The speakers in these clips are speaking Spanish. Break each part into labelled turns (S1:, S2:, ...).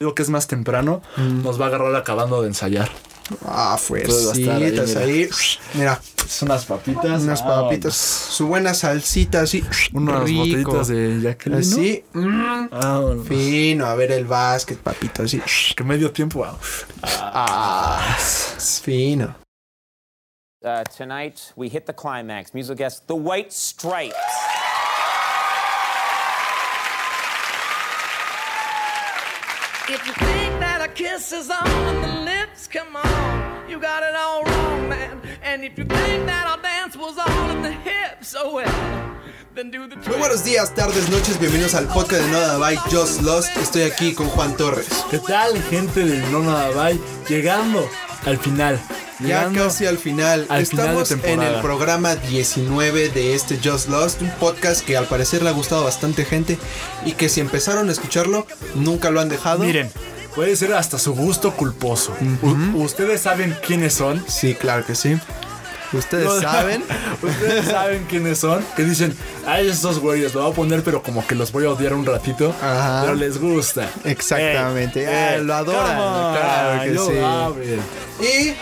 S1: digo que es más temprano,
S2: Mm.
S1: nos va a agarrar acabando de ensayar.
S2: Ah,
S1: Entonces va a estar ahí,
S2: fuercitas
S1: mira.
S2: ahí. Mira,
S1: Es unas papitas.
S2: unas
S1: ah,
S2: papitas. Su buena salsita así.
S1: Unas
S2: rico.
S1: botellitas de Jacqueline. ¿no?
S2: Así. mm,
S1: Ah, bueno.
S2: Fino, a ver el básquet, papito, así.
S1: Que medio tiempo. wow.
S2: Ah, es fino.
S3: Uh, tonight, we hit the climax. Musical guest, The White Stripes.
S4: If you think that a kiss is on the lips, come on, you got it all wrong, man. And if you think that our dance was all in the hips, oh well, then do the
S2: Muy buenos días, tardes, noches, bienvenidos al podcast de Nada By Just Lost. Estoy aquí con Juan Torres.
S1: ¿Qué tal, gente de No Nada Bye? Llegando al final.
S2: Ya
S1: Llegando
S2: casi al final.
S1: al final de
S2: Estamos en el
S1: temporada.
S2: programa 19 de este Just Lost, un podcast que al parecer le ha gustado a bastante gente y que si empezaron a escucharlo, nunca lo han dejado.
S1: Miren, puede ser hasta su gusto culposo. U- Ustedes saben quiénes son.
S2: Sí, claro que sí. Ustedes
S1: No,
S2: saben.
S1: Ustedes saben quiénes son. Que dicen, ay, estos güeyes, lo voy a poner, pero como que los voy a odiar un ratito.
S2: Ajá.
S1: Pero les gusta.
S2: Exactamente. Ah, lo adoran,
S1: Eh, come on, Ah,
S2: claro que
S1: lo
S2: sí.
S1: amen.
S2: Y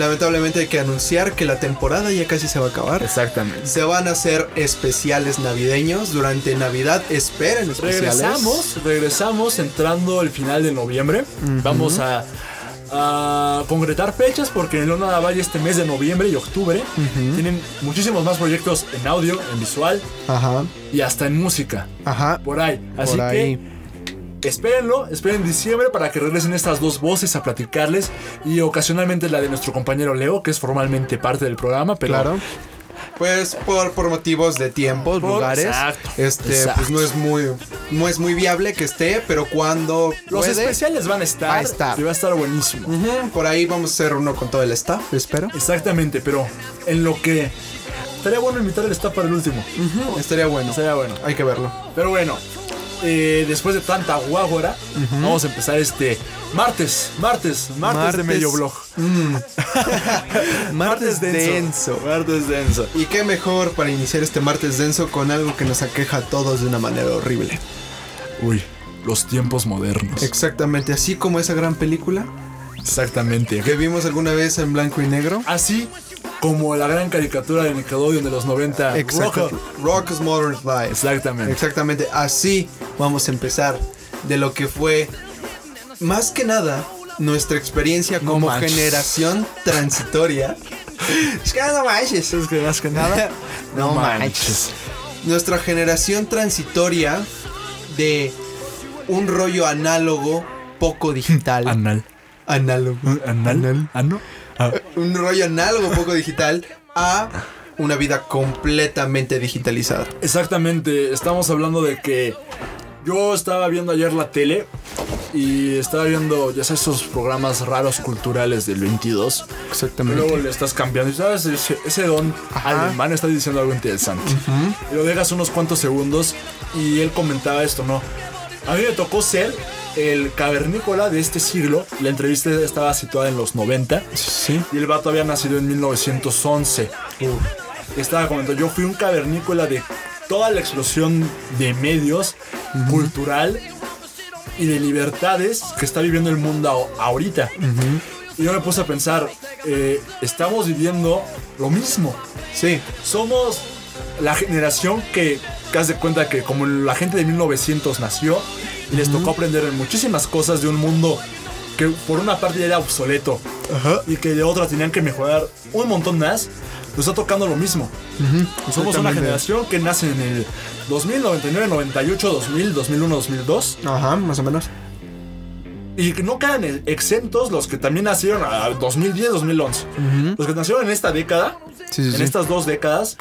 S2: lamentablemente hay que anunciar que la temporada ya casi se va a acabar.
S1: Exactamente.
S2: Se van a hacer especiales navideños durante Navidad. Esperen especiales.
S1: Regresamos, regresamos entrando el final de noviembre. Vamos a, a concretar fechas porque en Lona Nada Valle este mes de noviembre y octubre tienen muchísimos más proyectos en audio, en visual
S2: Ajá,
S1: y hasta en música.
S2: ajá.
S1: Por ahí. Así
S2: Ah, Por ahí.
S1: que espérenlo, esperen diciembre para que regresen estas dos voces a platicarles y ocasionalmente la de nuestro compañero Leo, que es formalmente parte del programa, pero
S2: Claro. Pues por, por motivos de tiempo,
S1: Por-
S2: lugares,
S1: exacto,
S2: este,
S1: exacto.
S2: pues no es muy, no es muy viable que esté, pero cuando
S1: los
S2: puede,
S1: especiales van a estar,
S2: va a estar.
S1: y va a estar buenísimo.
S2: ujú, por ahí vamos a hacer uno con todo el staff, espero.
S1: Exactamente, pero en lo que estaría bueno invitar al staff para el último.
S2: Estaría bueno.
S1: Estaría bueno.
S2: Hay que verlo.
S1: Pero bueno, eh, después de tanta guágora, vamos a empezar este martes, martes, martes, de
S2: Martes. Mm.
S1: medio blog.
S2: Martes denso.
S1: Martes denso.
S2: Y qué mejor para iniciar este martes denso con algo que nos aqueja a todos de una manera horrible.
S1: Uy, los tiempos modernos.
S2: Exactamente, así como esa gran película
S1: Exactamente.
S2: que vimos alguna vez en blanco y negro.
S1: Así como la gran caricatura de Nickelodeon de los 90.
S2: Exacto.
S1: Rocco.
S2: Rock's Modern Life.
S1: Exactamente.
S2: Exactamente, así vamos a empezar de lo que fue más que nada nuestra experiencia
S1: No
S2: como
S1: manches.
S2: generación transitoria. Es que no manches.
S1: Es que más que nada.
S2: No manches. Nuestra generación transitoria de un rollo análogo poco digital.
S1: Anal.
S2: análogo.
S1: Eh, Anal. Ano. Ah,
S2: Un rollo análogo poco digital a una vida completamente digitalizada.
S1: Exactamente, estamos hablando de que yo estaba viendo ayer la tele y estaba viendo, ya sabes, esos programas raros culturales del 22.
S2: Exactamente.
S1: Luego le estás cambiando y sabes, ese, ese don
S2: Ajá.
S1: alemán está diciendo algo interesante. Y Lo dejas unos cuantos segundos y él comentaba esto, ¿no? A mí me tocó ser el cavernícola de este siglo. La entrevista estaba situada en los 90
S2: Sí.
S1: y el vato había nacido en 1911. Estaba comentando, yo fui un cavernícola de toda la explosión de medios, cultural y de libertades que está viviendo el mundo ao- ahorita. Y yo me puse a pensar, eh, estamos viviendo lo mismo.
S2: Sí.
S1: Somos la generación que, que haz de cuenta que como la gente de 1900 nació, y les tocó aprender muchísimas cosas de un mundo que por una parte ya era obsoleto y que de otra tenían que mejorar un montón más, nos está tocando lo mismo. Somos una
S2: exactamente.
S1: generación que nace en el 2000, 99, 98, 2000, 2001, 2002
S2: Ajá, más o menos.
S1: y que no quedan e- exentos los que también nacieron a 2010, 2011. Los que nacieron en esta década,
S2: Sí, sí,
S1: en
S2: sí.
S1: estas dos décadas,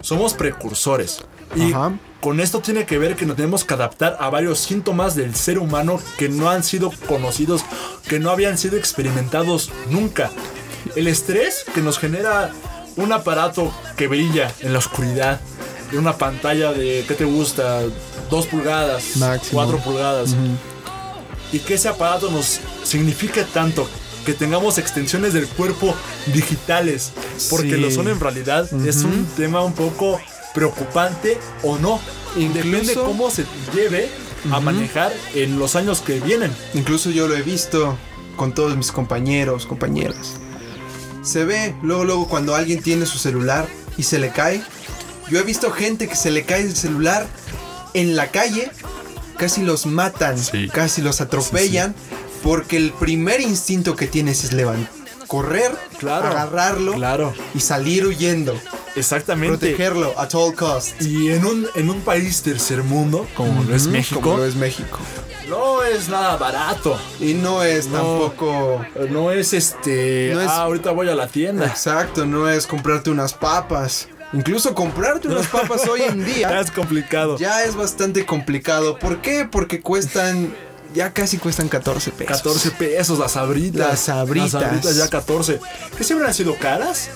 S1: somos precursores. Y
S2: Ajá.
S1: con esto tiene que ver que nos tenemos que adaptar a varios síntomas del ser humano que no han sido conocidos, que no habían sido experimentados nunca. El estrés que nos genera un aparato que brilla en la oscuridad, en una pantalla de, ¿qué te gusta? Dos pulgadas,
S2: Máximo.
S1: cuatro pulgadas y que ese aparato nos signifique tanto que tengamos extensiones del cuerpo digitales, porque
S2: Sí.
S1: lo son en realidad, es un tema un poco preocupante o no. Depende
S2: Incluso-
S1: cómo se lleve a manejar en los años que vienen.
S2: Incluso yo lo he visto con todos mis compañeros, compañeras. Se ve luego, luego cuando alguien tiene su celular y se le cae. Yo he visto gente que se le cae el celular en la calle. Casi los matan,
S1: Sí.
S2: casi los atropellan. Porque el primer instinto que tienes es levantar, correr,
S1: Claro,
S2: agarrarlo
S1: claro.
S2: y salir huyendo.
S1: Exactamente.
S2: Protegerlo at all costs.
S1: Y en un, en un país tercer mundo, como lo es México,
S2: Como lo es México.
S1: no es nada barato.
S2: Y no es tampoco...
S1: No es este.
S2: No es-
S1: Ah, ahorita voy a la tienda.
S2: Exacto, no es comprarte unas papas. Incluso comprarte unas papas hoy en
S1: Ya
S2: día
S1: es complicado.
S2: ya es bastante complicado. ¿Por qué? Porque cuestan, ya casi cuestan 14 pesos.
S1: 14 pesos las abritas.
S2: Las Sabritas.
S1: Las Sabritas ya 14. Que siempre han sido caras.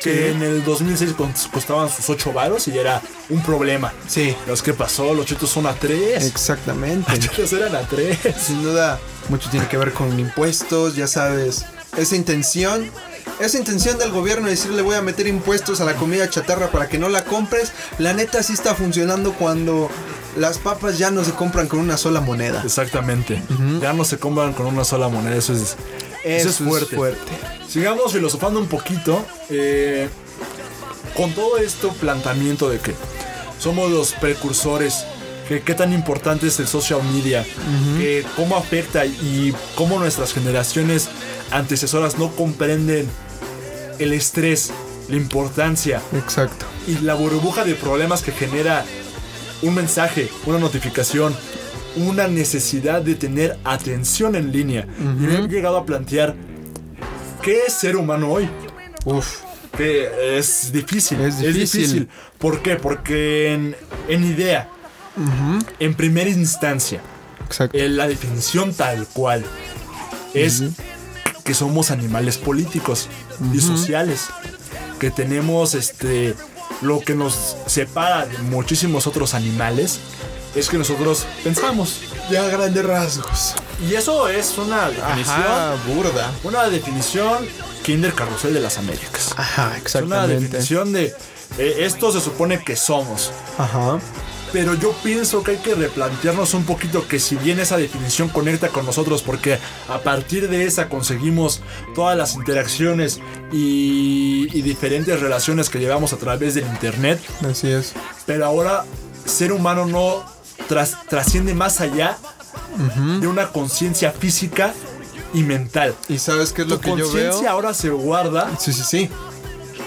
S1: que en el 2006 cont- costaban sus 8 varos y ya era un problema.
S2: Sí,
S1: Los que pasó, los chetos son a 3.
S2: exactamente.
S1: Los chetos eran a 3.
S2: Sin duda, mucho tiene que ver con impuestos, ya sabes. Esa intención, esa intención del gobierno de decirle voy a meter impuestos a la comida chatarra para que no la compres, la neta sí está funcionando cuando las papas ya no se compran con una sola moneda.
S1: Exactamente. Ya no se compran con una sola moneda. Eso es, eso es fuerte. Sigamos filosofando un poquito. eh, con todo este planteamiento de que somos los precursores, que qué tan importante es el social media, que cómo afecta y cómo nuestras generaciones antecesoras no comprenden el estrés, la importancia
S2: Exacto.
S1: y la burbuja de problemas que genera un mensaje, una notificación, una necesidad de tener atención en línea. Y me he llegado a plantear, ¿qué es ser humano hoy?
S2: Uf.
S1: Que es difícil,
S2: Es
S1: es difícil.
S2: difícil.
S1: ¿Por qué? Porque en, en idea, en primera instancia,
S2: Exacto.
S1: eh, la definición tal cual es que somos animales políticos y sociales, que tenemos este lo que nos separa de muchísimos otros animales es que nosotros pensamos
S2: Ya grandes rasgos.
S1: y eso es una definición,
S2: burda.
S1: una definición Kinder Carrusel de las Américas.
S2: Ajá,
S1: Es una
S2: exactamente.
S1: definición de eh, esto se supone que somos.
S2: Ajá.
S1: Pero yo pienso que hay que replantearnos un poquito que si bien esa definición conecta con nosotros porque a partir de esa conseguimos todas las interacciones y, y diferentes relaciones que llevamos a través del internet,
S2: Así es.
S1: pero ahora ser humano no tras- trasciende más allá de una conciencia física y mental.
S2: ¿Y sabes qué es lo
S1: Tu
S2: que yo veo?
S1: conciencia ahora se guarda
S2: Sí, sí, sí.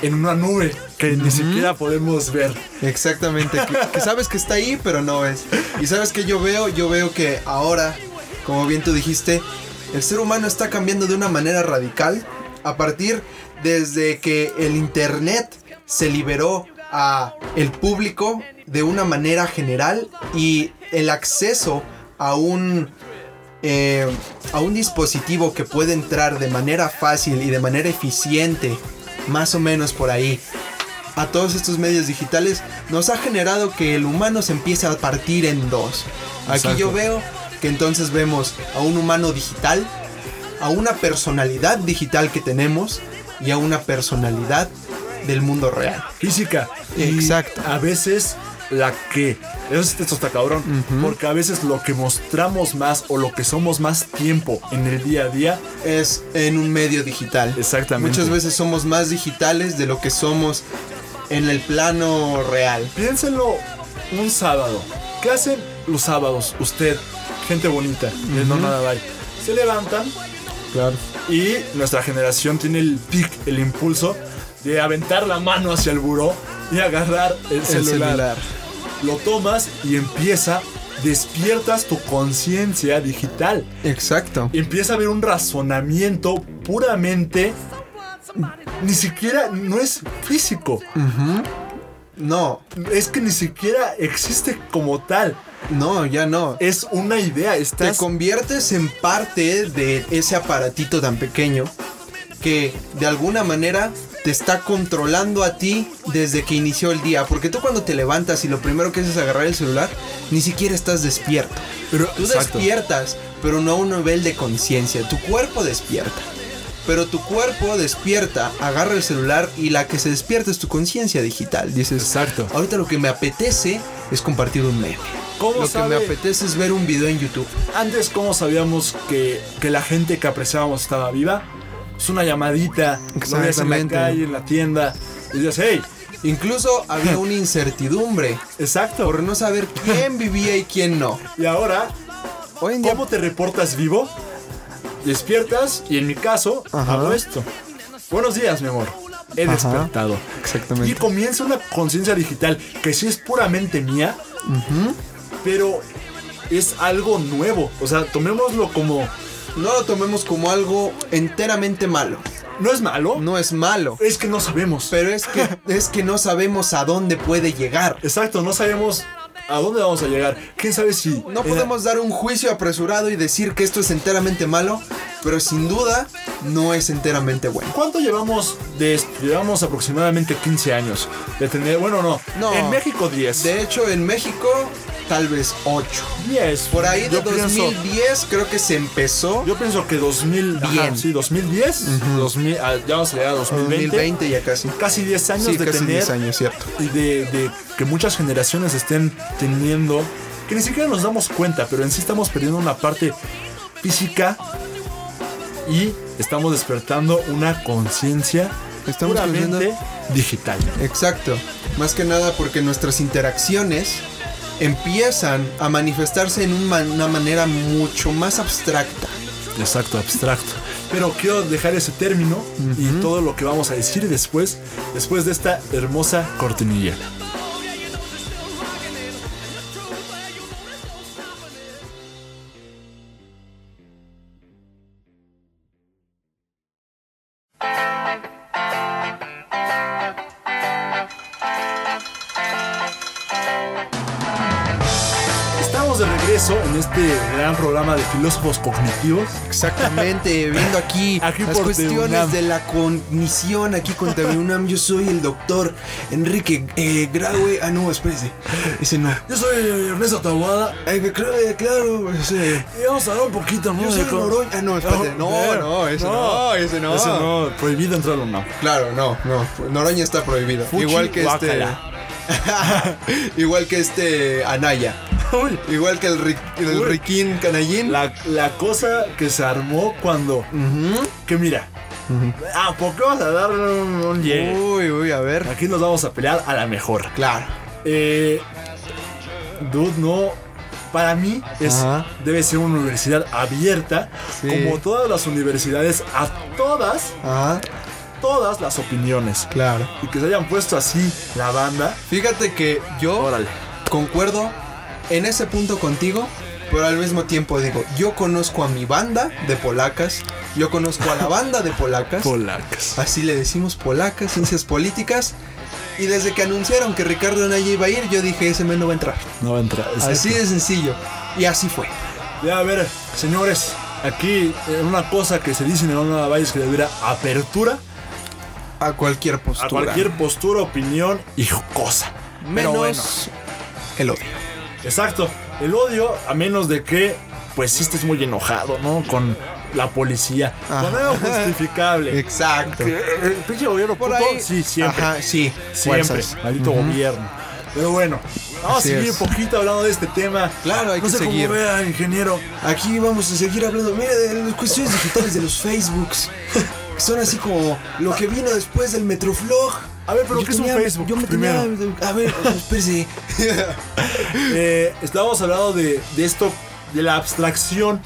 S1: en una nube que ni siquiera podemos ver.
S2: Exactamente. que, que sabes que está ahí, pero no es. ¿Y sabes qué yo veo? Yo veo que ahora, como bien tú dijiste, el ser humano está cambiando de una manera radical a partir desde que el internet se liberó a el público de una manera general y el acceso a un eh, a un dispositivo que puede entrar de manera fácil y de manera eficiente, más o menos por ahí, a todos estos medios digitales, nos ha generado que el humano se empiece a partir en dos. Aquí
S1: Exacto.
S2: yo veo que entonces vemos a un humano digital, a una personalidad digital que tenemos y a una personalidad del mundo real.
S1: física. Y
S2: Exacto.
S1: A veces la que. Eso, esto está cabrón. Porque a veces lo que mostramos más o lo que somos más tiempo en el día a día
S2: es en un medio digital.
S1: Exactamente.
S2: Muchas veces somos más digitales de lo que somos en el plano real.
S1: Piénsenlo un sábado. ¿Qué hacen los sábados? Usted, gente bonita, de no nada bye. Se levantan
S2: Claro.
S1: y nuestra generación tiene el pic, el impulso de aventar la mano hacia el buró y agarrar el, celular. Lo tomas y empieza, despiertas tu conciencia digital.
S2: Exacto.
S1: empieza a haber un razonamiento puramente, ni siquiera, no es físico,
S2: No,
S1: es que ni siquiera existe como tal,
S2: no, ya no.
S1: es una idea,
S2: Te
S1: estás...
S2: conviertes en parte de ese aparatito tan pequeño que de alguna manera te está controlando a ti desde que inició el día. Porque tú cuando te levantas y lo primero que haces es agarrar el celular, ni siquiera estás despierto.
S1: Pero,
S2: Tú
S1: exacto.
S2: despiertas, pero no a un nivel de conciencia. Tu cuerpo despierta. Pero tu cuerpo despierta, agarra el celular y la que se despierta es tu conciencia digital. Dices,
S1: Exacto.
S2: ahorita lo que me apetece es compartir un meme.
S1: ¿Cómo
S2: Lo que me
S1: Oh, sabe?
S2: apetece es ver un video en YouTube.
S1: Antes, ¿cómo sabíamos que, que la gente que apreciábamos estaba viva? Es una llamadita, lo ves en la
S2: Exactamente.
S1: calle, en la tienda, y dices, hey,
S2: Incluso había una incertidumbre
S1: exacto.
S2: por no saber quién vivía y quién no.
S1: Y ahora,
S2: Hoy en día
S1: ¿cómo te reportas vivo? Despiertas y en mi caso,
S2: Ajá.
S1: hago esto. Buenos días, mi amor. He
S2: Ajá.
S1: despertado.
S2: Exactamente.
S1: Y comienza una conciencia digital que sí es puramente mía, pero es algo nuevo. O sea, tomémoslo como...
S2: no lo tomemos como algo enteramente malo.
S1: No es malo,
S2: No es malo,
S1: es que no sabemos.
S2: pero es que es que no sabemos a dónde puede llegar.
S1: Exacto, no sabemos a dónde vamos a llegar. ¿Quién sabe si...
S2: No
S1: eh,
S2: podemos dar un juicio apresurado y decir que esto es enteramente malo, pero sin duda no es enteramente bueno.
S1: ¿Cuánto llevamos de esto? Llevamos aproximadamente 15 años de tener... Bueno, no.
S2: No.
S1: En México 10.
S2: De hecho, en México tal vez 8.
S1: 10.
S2: Por ahí de
S1: Yo pienso-
S2: 2010 creo que se empezó.
S1: Yo pienso que 2000, ajá,
S2: Bien.
S1: sí, 2010, 2000, ah, ya vamos a llegar a 2020,
S2: 2020 ya casi.
S1: casi 10 años
S2: Sí,
S1: de
S2: casi
S1: tener
S2: 10 años, cierto.
S1: y de, de que muchas generaciones estén teniendo, que ni siquiera nos damos cuenta, pero en sí estamos perdiendo una parte física y estamos despertando una conciencia
S2: Estamos
S1: puramente
S2: perdiendo-
S1: digital.
S2: Exacto. Más que nada porque nuestras interacciones empiezan a manifestarse en un man- una manera mucho más abstracta.
S1: Exacto, abstracto. Pero quiero dejar ese término y todo lo que vamos a decir después, después de esta hermosa cortinilla. Estamos de regreso en este gran programa de filósofos cognitivos.
S2: Exactamente, viendo aquí,
S1: Aquí
S2: las
S1: por
S2: cuestiones
S1: TVUNAM.
S2: de la cognición aquí con TVUNAM. Yo soy el doctor Enrique eh, Graue. Ah, no, espérese. Ese no.
S1: Yo soy Ernesto Taboada
S2: Ay, me creo, eh, claro, ese.
S1: y vamos a hablar un poquito, Eh, ¿no?
S2: Yo soy
S1: de cómo- Oh,
S2: Noroña. Ah, no, espérate. No, no, ese no, ese no.
S1: Ese no, prohibido entrar o no.
S2: Claro, no, no. Noroña está prohibido.
S1: Fuchi,
S2: Igual que
S1: guácala.
S2: este. Igual que este Anaya.
S1: Uy,
S2: Igual que el, ri- el
S1: Uy.
S2: Riquín Canallín.
S1: La, la cosa que se armó cuando. Que mira. ah, ¿A poco vamos a dar un, un llegue?
S2: Uy, uy, a ver.
S1: Aquí nos vamos a pelear a la mejor.
S2: Claro.
S1: Eh, dude, no. Para mí es,
S2: Ajá.
S1: debe ser una universidad abierta,
S2: Sí.
S1: como todas las universidades, a todas,
S2: Ajá,
S1: todas las opiniones.
S2: claro.
S1: Y que se hayan puesto así la banda.
S2: Fíjate que yo
S1: Órale.
S2: concuerdo en ese punto contigo, pero al mismo tiempo digo, yo conozco a mi banda de polacas, yo conozco a la banda de polacas,
S1: Polacas.
S2: así le decimos polacas, ciencias políticas, y desde que anunciaron que Ricardo Anaya iba a ir, yo dije, ese men no va a entrar.
S1: No va a entrar. exacto.
S2: Así de sencillo, y así fue.
S1: Ya, a ver, señores, aquí eh, una cosa que se dice en una Valles que debiera apertura
S2: A cualquier
S1: a
S2: postura.
S1: cualquier postura, opinión y cosa. Pero
S2: menos
S1: bueno,
S2: el odio.
S1: exacto. El odio, a menos de que, pues sí estés muy enojado, ¿no? Con la policía.
S2: Ajá.
S1: Con algo justificable.
S2: Exacto.
S1: eh, El pinche gobierno
S2: Por
S1: puto,
S2: ahí.
S1: sí, siempre.
S2: Ajá, sí.
S1: Siempre.
S2: fuerzas.
S1: Maldito gobierno. Pero bueno, vamos a
S2: Así
S1: seguir
S2: es.
S1: un poquito hablando de este tema.
S2: Claro, hay
S1: no
S2: que
S1: sé
S2: seguir.
S1: cómo vea, ingeniero.
S2: Aquí vamos a seguir hablando, mira, de las cuestiones digitales de los Facebooks. que Son así como lo que vino después del Metroflog.
S1: A ver, pero
S2: Yo
S1: ¿qué es un
S2: tenía-
S1: Facebook
S2: Yo me tenía- A ver, espérese.
S1: Eh, estábamos hablando de, de esto, de la abstracción,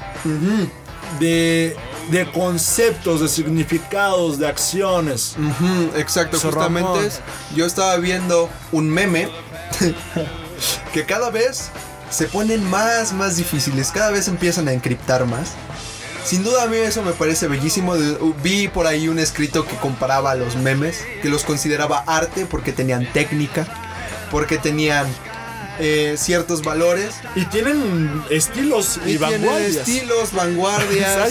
S1: de, de conceptos, de significados, de acciones.
S2: Ujú, exacto,
S1: Sir Ramón.
S2: justamente es- yo estaba viendo un meme que cada vez se ponen más, más difíciles, cada vez empiezan a encriptar más. Sin duda a mí eso me parece bellísimo. de- Vi por ahí un escrito que comparaba a los memes, que los consideraba arte porque tenían técnica, porque tenían eh, ciertos valores.
S1: Y tienen estilos y,
S2: Y tienen
S1: vanguardias.
S2: estilos, vanguardias,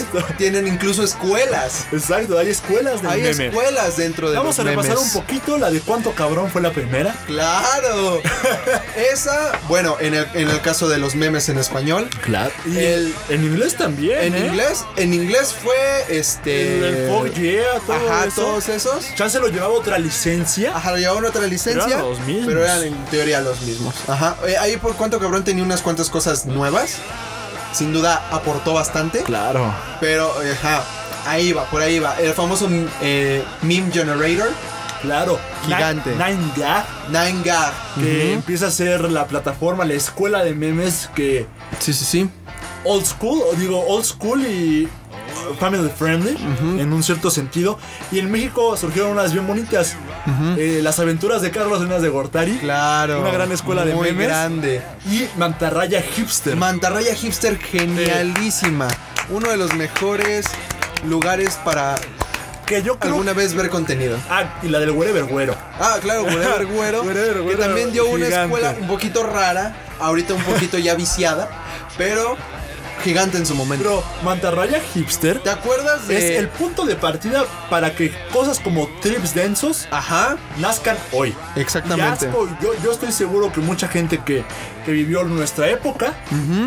S1: Exacto.
S2: tienen incluso escuelas.
S1: Exacto, hay escuelas de
S2: Hay
S1: meme.
S2: escuelas dentro de
S1: Vamos a
S2: los memes.
S1: repasar un poquito la de cuánto cabrón fue la primera.
S2: Claro. Esa, bueno, en el, en el caso de los memes en español.
S1: Claro. Y
S2: El-
S1: en inglés también.
S2: En
S1: ¿eh?
S2: inglés, en inglés fue
S1: El,
S2: este.
S1: el Fog Yeah, todo
S2: Ajá,
S1: eso.
S2: todos esos.
S1: Chance lo llevaba otra licencia.
S2: Ajá, lo llevaban otra licencia.
S1: Eran los mismos.
S2: Pero eran en teoría los mismos. Ajá. Eh, ahí por cuanto cabrón tenía unas cuantas cosas nuevas. Sin duda aportó bastante.
S1: Claro.
S2: Pero, eh, ajá, ahí va, por ahí va. El famoso eh, meme generator,
S1: Claro.
S2: Gigante.
S1: Nine Nine Gag,
S2: 9gag.
S1: que empieza a ser la plataforma, la escuela de memes que
S2: Sí, sí, sí.
S1: old school, o digo old school y uh, family friendly en un cierto sentido. Y en México surgieron unas bien bonitas. Eh, las aventuras de Carlos Salinas de Gortari.
S2: Claro.
S1: Una gran escuela de
S2: Muy
S1: memes.
S2: grande.
S1: Y Mantarraya Hipster.
S2: Mantarraya Hipster, genialísima. Uno de los mejores lugares para
S1: que yo creo
S2: alguna vez ver contenido.
S1: Ah, y la del Wherever Güero.
S2: Ah, claro, Wherever Güero.
S1: Wherever
S2: que
S1: Güero,
S2: también dio una
S1: gigante.
S2: escuela un poquito rara, ahorita un poquito ya viciada, pero gigante en su momento.
S1: Pero Mantarraya Hipster
S2: ¿Te acuerdas de...?
S1: es el punto de partida para que cosas como trips densos
S2: Ajá,
S1: nazcan hoy.
S2: exactamente.
S1: Ya estoy- yo, yo estoy seguro que mucha gente que, que vivió nuestra época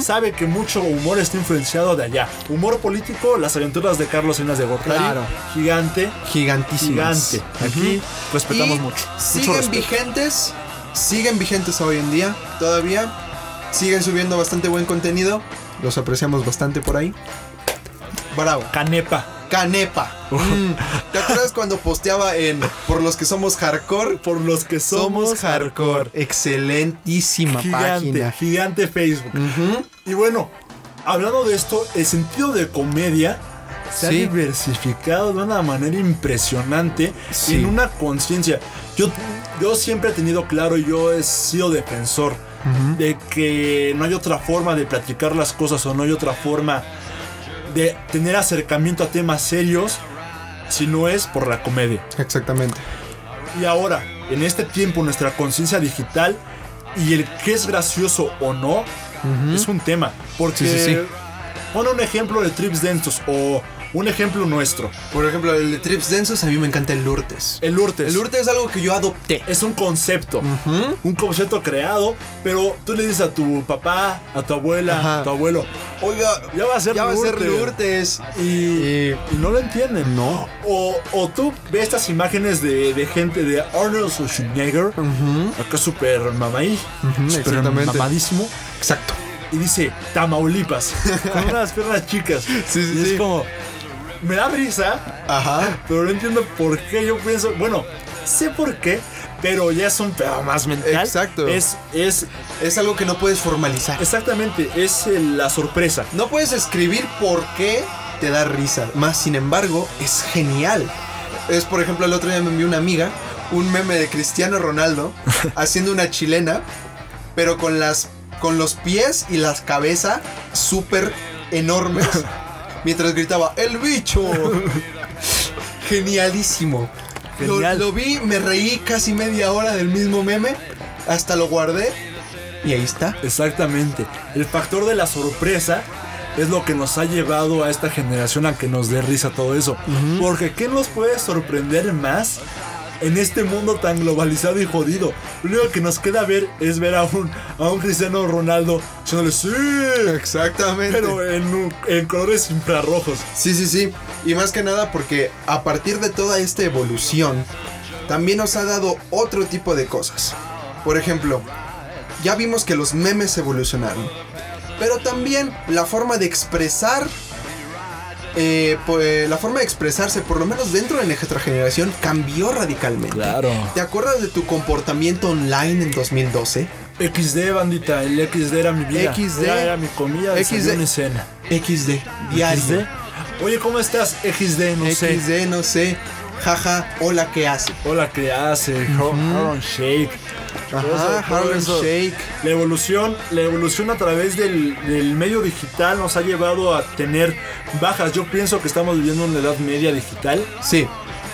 S1: sabe que mucho humor está influenciado de allá. Humor político, las aventuras de Carlos Salinas de Gortari,
S2: Claro.
S1: gigante,
S2: Gigantísimas.
S1: gigante. Aquí respetamos
S2: Y
S1: mucho. mucho
S2: Siguen
S1: respeto.
S2: vigentes, siguen vigentes hoy en día, todavía. Siguen subiendo bastante buen contenido. Los apreciamos bastante por ahí. Bravo.
S1: Canepa.
S2: Canepa. Mm, ¿Te acuerdas cuando posteaba en Por los que somos hardcore?
S1: Por los que somos hardcore.
S2: Excelentísima
S1: Gigante,
S2: página.
S1: gigante Facebook. Y bueno, hablando de esto, el sentido de comedia se
S2: Sí.
S1: ha diversificado de una manera impresionante
S2: Sí.
S1: en una conciencia. Yo, yo siempre he tenido claro, y yo he sido defensor de que no hay otra forma de platicar las cosas o no hay otra forma de tener acercamiento a temas serios si no es por la comedia.
S2: Exactamente.
S1: Y ahora, en este tiempo, nuestra conciencia digital y el que es gracioso o no es un tema. Porque,
S2: Sí, sí, sí.
S1: pon un ejemplo de trips dentos o un ejemplo nuestro,
S2: Por ejemplo, el de Trips Densos, a mí me encanta el Lourdes.
S1: el Urtes.
S2: El Lourdes es algo que yo adopté.
S1: es un concepto, un concepto creado, pero tú le dices a tu papá, a tu abuela,
S2: Ajá.
S1: a tu abuelo,
S2: Oiga,
S1: ya va a ser
S2: ya va a ser
S1: Lourdes.
S2: Lourdes.
S1: y,
S2: Y-
S1: y no lo entienden.
S2: No.
S1: O, o tú ves estas imágenes de, de gente de Arnold Schwarzenegger, acá súper mamaí, súper
S2: exactamente.
S1: mamadísimo,
S2: Exacto.
S1: y dice Tamaulipas, con unas piernas chicas.
S2: Sí, sí,
S1: Y es
S2: sí.
S1: como, me da risa,
S2: Ajá.
S1: pero no entiendo por qué yo pienso, bueno, sé por qué, pero ya es un pedo más mental.
S2: Exacto.
S1: Es, es,
S2: Es algo que no puedes formalizar.
S1: exactamente, es eh, la sorpresa.
S2: No puedes escribir por qué te da risa. Más sin embargo, es genial. Es por ejemplo, el otro día me envió una amiga un meme de Cristiano Ronaldo haciendo una chilena, pero con las con los pies y las cabezas súper enormes mientras gritaba ¡El bicho! Genialísimo. Lo-
S1: Genial.
S2: lo vi, me reí casi media hora del mismo meme, hasta lo guardé y ahí está.
S1: Exactamente. El factor de la sorpresa es lo que nos ha llevado a esta generación a que nos dé risa todo eso. Porque ¿qué nos puede sorprender más en este mundo tan globalizado y jodido? Lo único que nos queda ver es ver a un, a un Cristiano Ronaldo diciéndole sí,
S2: Exactamente.
S1: pero en, un- en colores infrarrojos.
S2: Sí, sí, sí. Y más que nada porque a partir de toda esta evolución, también nos ha dado otro tipo de cosas. Por ejemplo, ya vimos que los memes evolucionaron. Pero también la forma de expresar... eh, pues, la forma de expresarse, por lo menos dentro de nuestra generación, cambió radicalmente.
S1: Claro.
S2: ¿Te acuerdas de tu comportamiento online en 2012?
S1: XD, bandita, el XD era mi vida.
S2: XD.
S1: Era, era mi comida, XD.
S2: XD.
S1: escena.
S2: XD, diario.
S1: XD. Oye, ¿cómo estás? XD, no sé.
S2: XD, no sé. Jaja, hola, ¿qué hace?
S1: Hola, ¿qué hace? Ho- Harlem Shake. Todo eso-
S2: Ajá,
S1: todo
S2: Harlem
S1: eso.
S2: Shake.
S1: La evolución, la evolución a través del, del medio digital nos ha llevado a tener bajas. Yo pienso que estamos viviendo una edad media digital.
S2: Sí.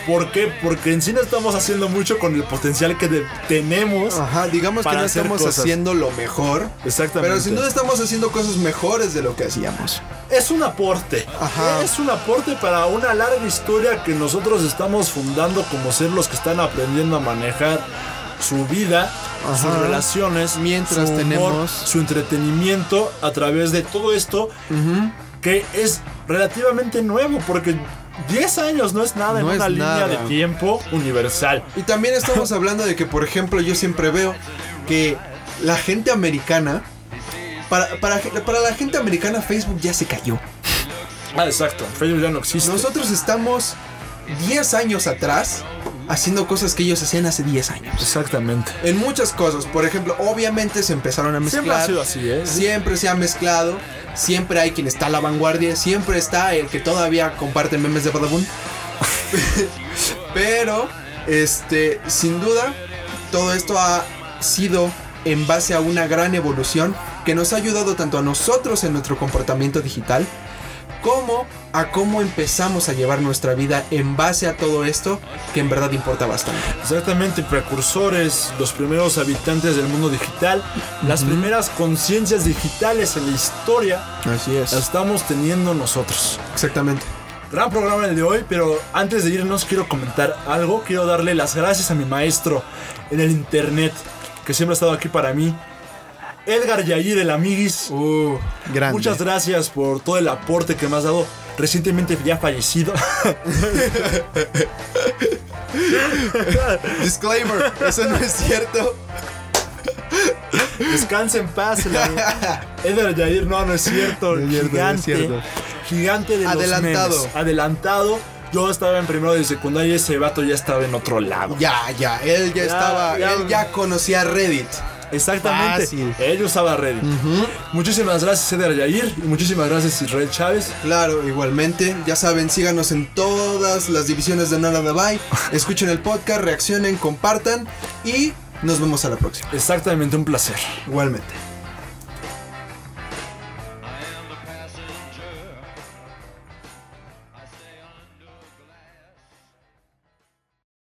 S1: ¿Por qué? Porque en sí no estamos haciendo mucho con el potencial que de- tenemos.
S2: Ajá, digamos que
S1: para
S2: no
S1: hacer
S2: estamos
S1: cosas.
S2: haciendo lo mejor.
S1: Exactamente.
S2: Pero sin duda estamos haciendo cosas mejores de lo que hacíamos.
S1: Es un aporte.
S2: Ajá.
S1: Es un aporte para una larga historia que nosotros estamos fundando como ser los que están aprendiendo a manejar su vida, sus relaciones,
S2: Mientras
S1: su humor,
S2: tenemos-
S1: su entretenimiento a través de todo esto que es relativamente nuevo porque 10 años no es nada
S2: No
S1: en
S2: es
S1: una línea
S2: nada.
S1: de tiempo universal.
S2: Y también estamos hablando de que, por ejemplo, yo siempre veo que la gente americana. Para, para, para la gente americana, Facebook ya se cayó.
S1: Ah, exacto. Facebook ya no existe.
S2: Nosotros estamos 10 años atrás haciendo cosas que ellos hacían hace 10 años.
S1: Exactamente.
S2: En muchas cosas, por ejemplo, obviamente se empezaron a mezclar.
S1: Siempre ha sido así, ¿eh?
S2: Siempre se ha mezclado. Siempre hay quien está a la vanguardia. Siempre está el que todavía comparte memes de Badabun. Pero, este, sin duda, todo esto ha sido en base a una gran evolución que nos ha ayudado tanto a nosotros en nuestro comportamiento digital como a cómo empezamos a llevar nuestra vida en base a todo esto que en verdad importa bastante.
S1: Exactamente, precursores, los primeros habitantes del mundo digital, las primeras conciencias digitales en la historia,
S2: Así
S1: las estamos teniendo nosotros.
S2: Exactamente.
S1: Gran programa el de hoy, pero antes de irnos quiero comentar algo. Quiero darle las gracias a mi maestro en el internet, que siempre ha estado aquí para mí. Edgar Yair, el amiguis.
S2: Uh, grande.
S1: Muchas gracias por todo el aporte que me has dado. Recientemente ya fallecido.
S2: Disclaimer, eso no es cierto.
S1: Descansa en paz. la- Edgar Yair, no, no es cierto.
S2: No es cierto, no
S1: gigante.
S2: es cierto.
S1: Gigante de los
S2: Adelantado.
S1: memes. Adelantado. Yo estaba en primero de secundaria y ese vato ya estaba en otro lado.
S2: Ya, ya, él ya, estaba,
S1: ya.
S2: él ya conocía Reddit.
S1: Exactamente.
S2: Fácil.
S1: Él usaba Reddit. Muchísimas gracias, Edgar Yair. Y muchísimas gracias, Israel Chávez.
S2: Claro, igualmente, ya saben, síganos en todas las divisiones de Nada de Bye, escuchen el podcast, reaccionen, compartan y nos vemos a la próxima.
S1: Exactamente, un placer.
S2: Igualmente.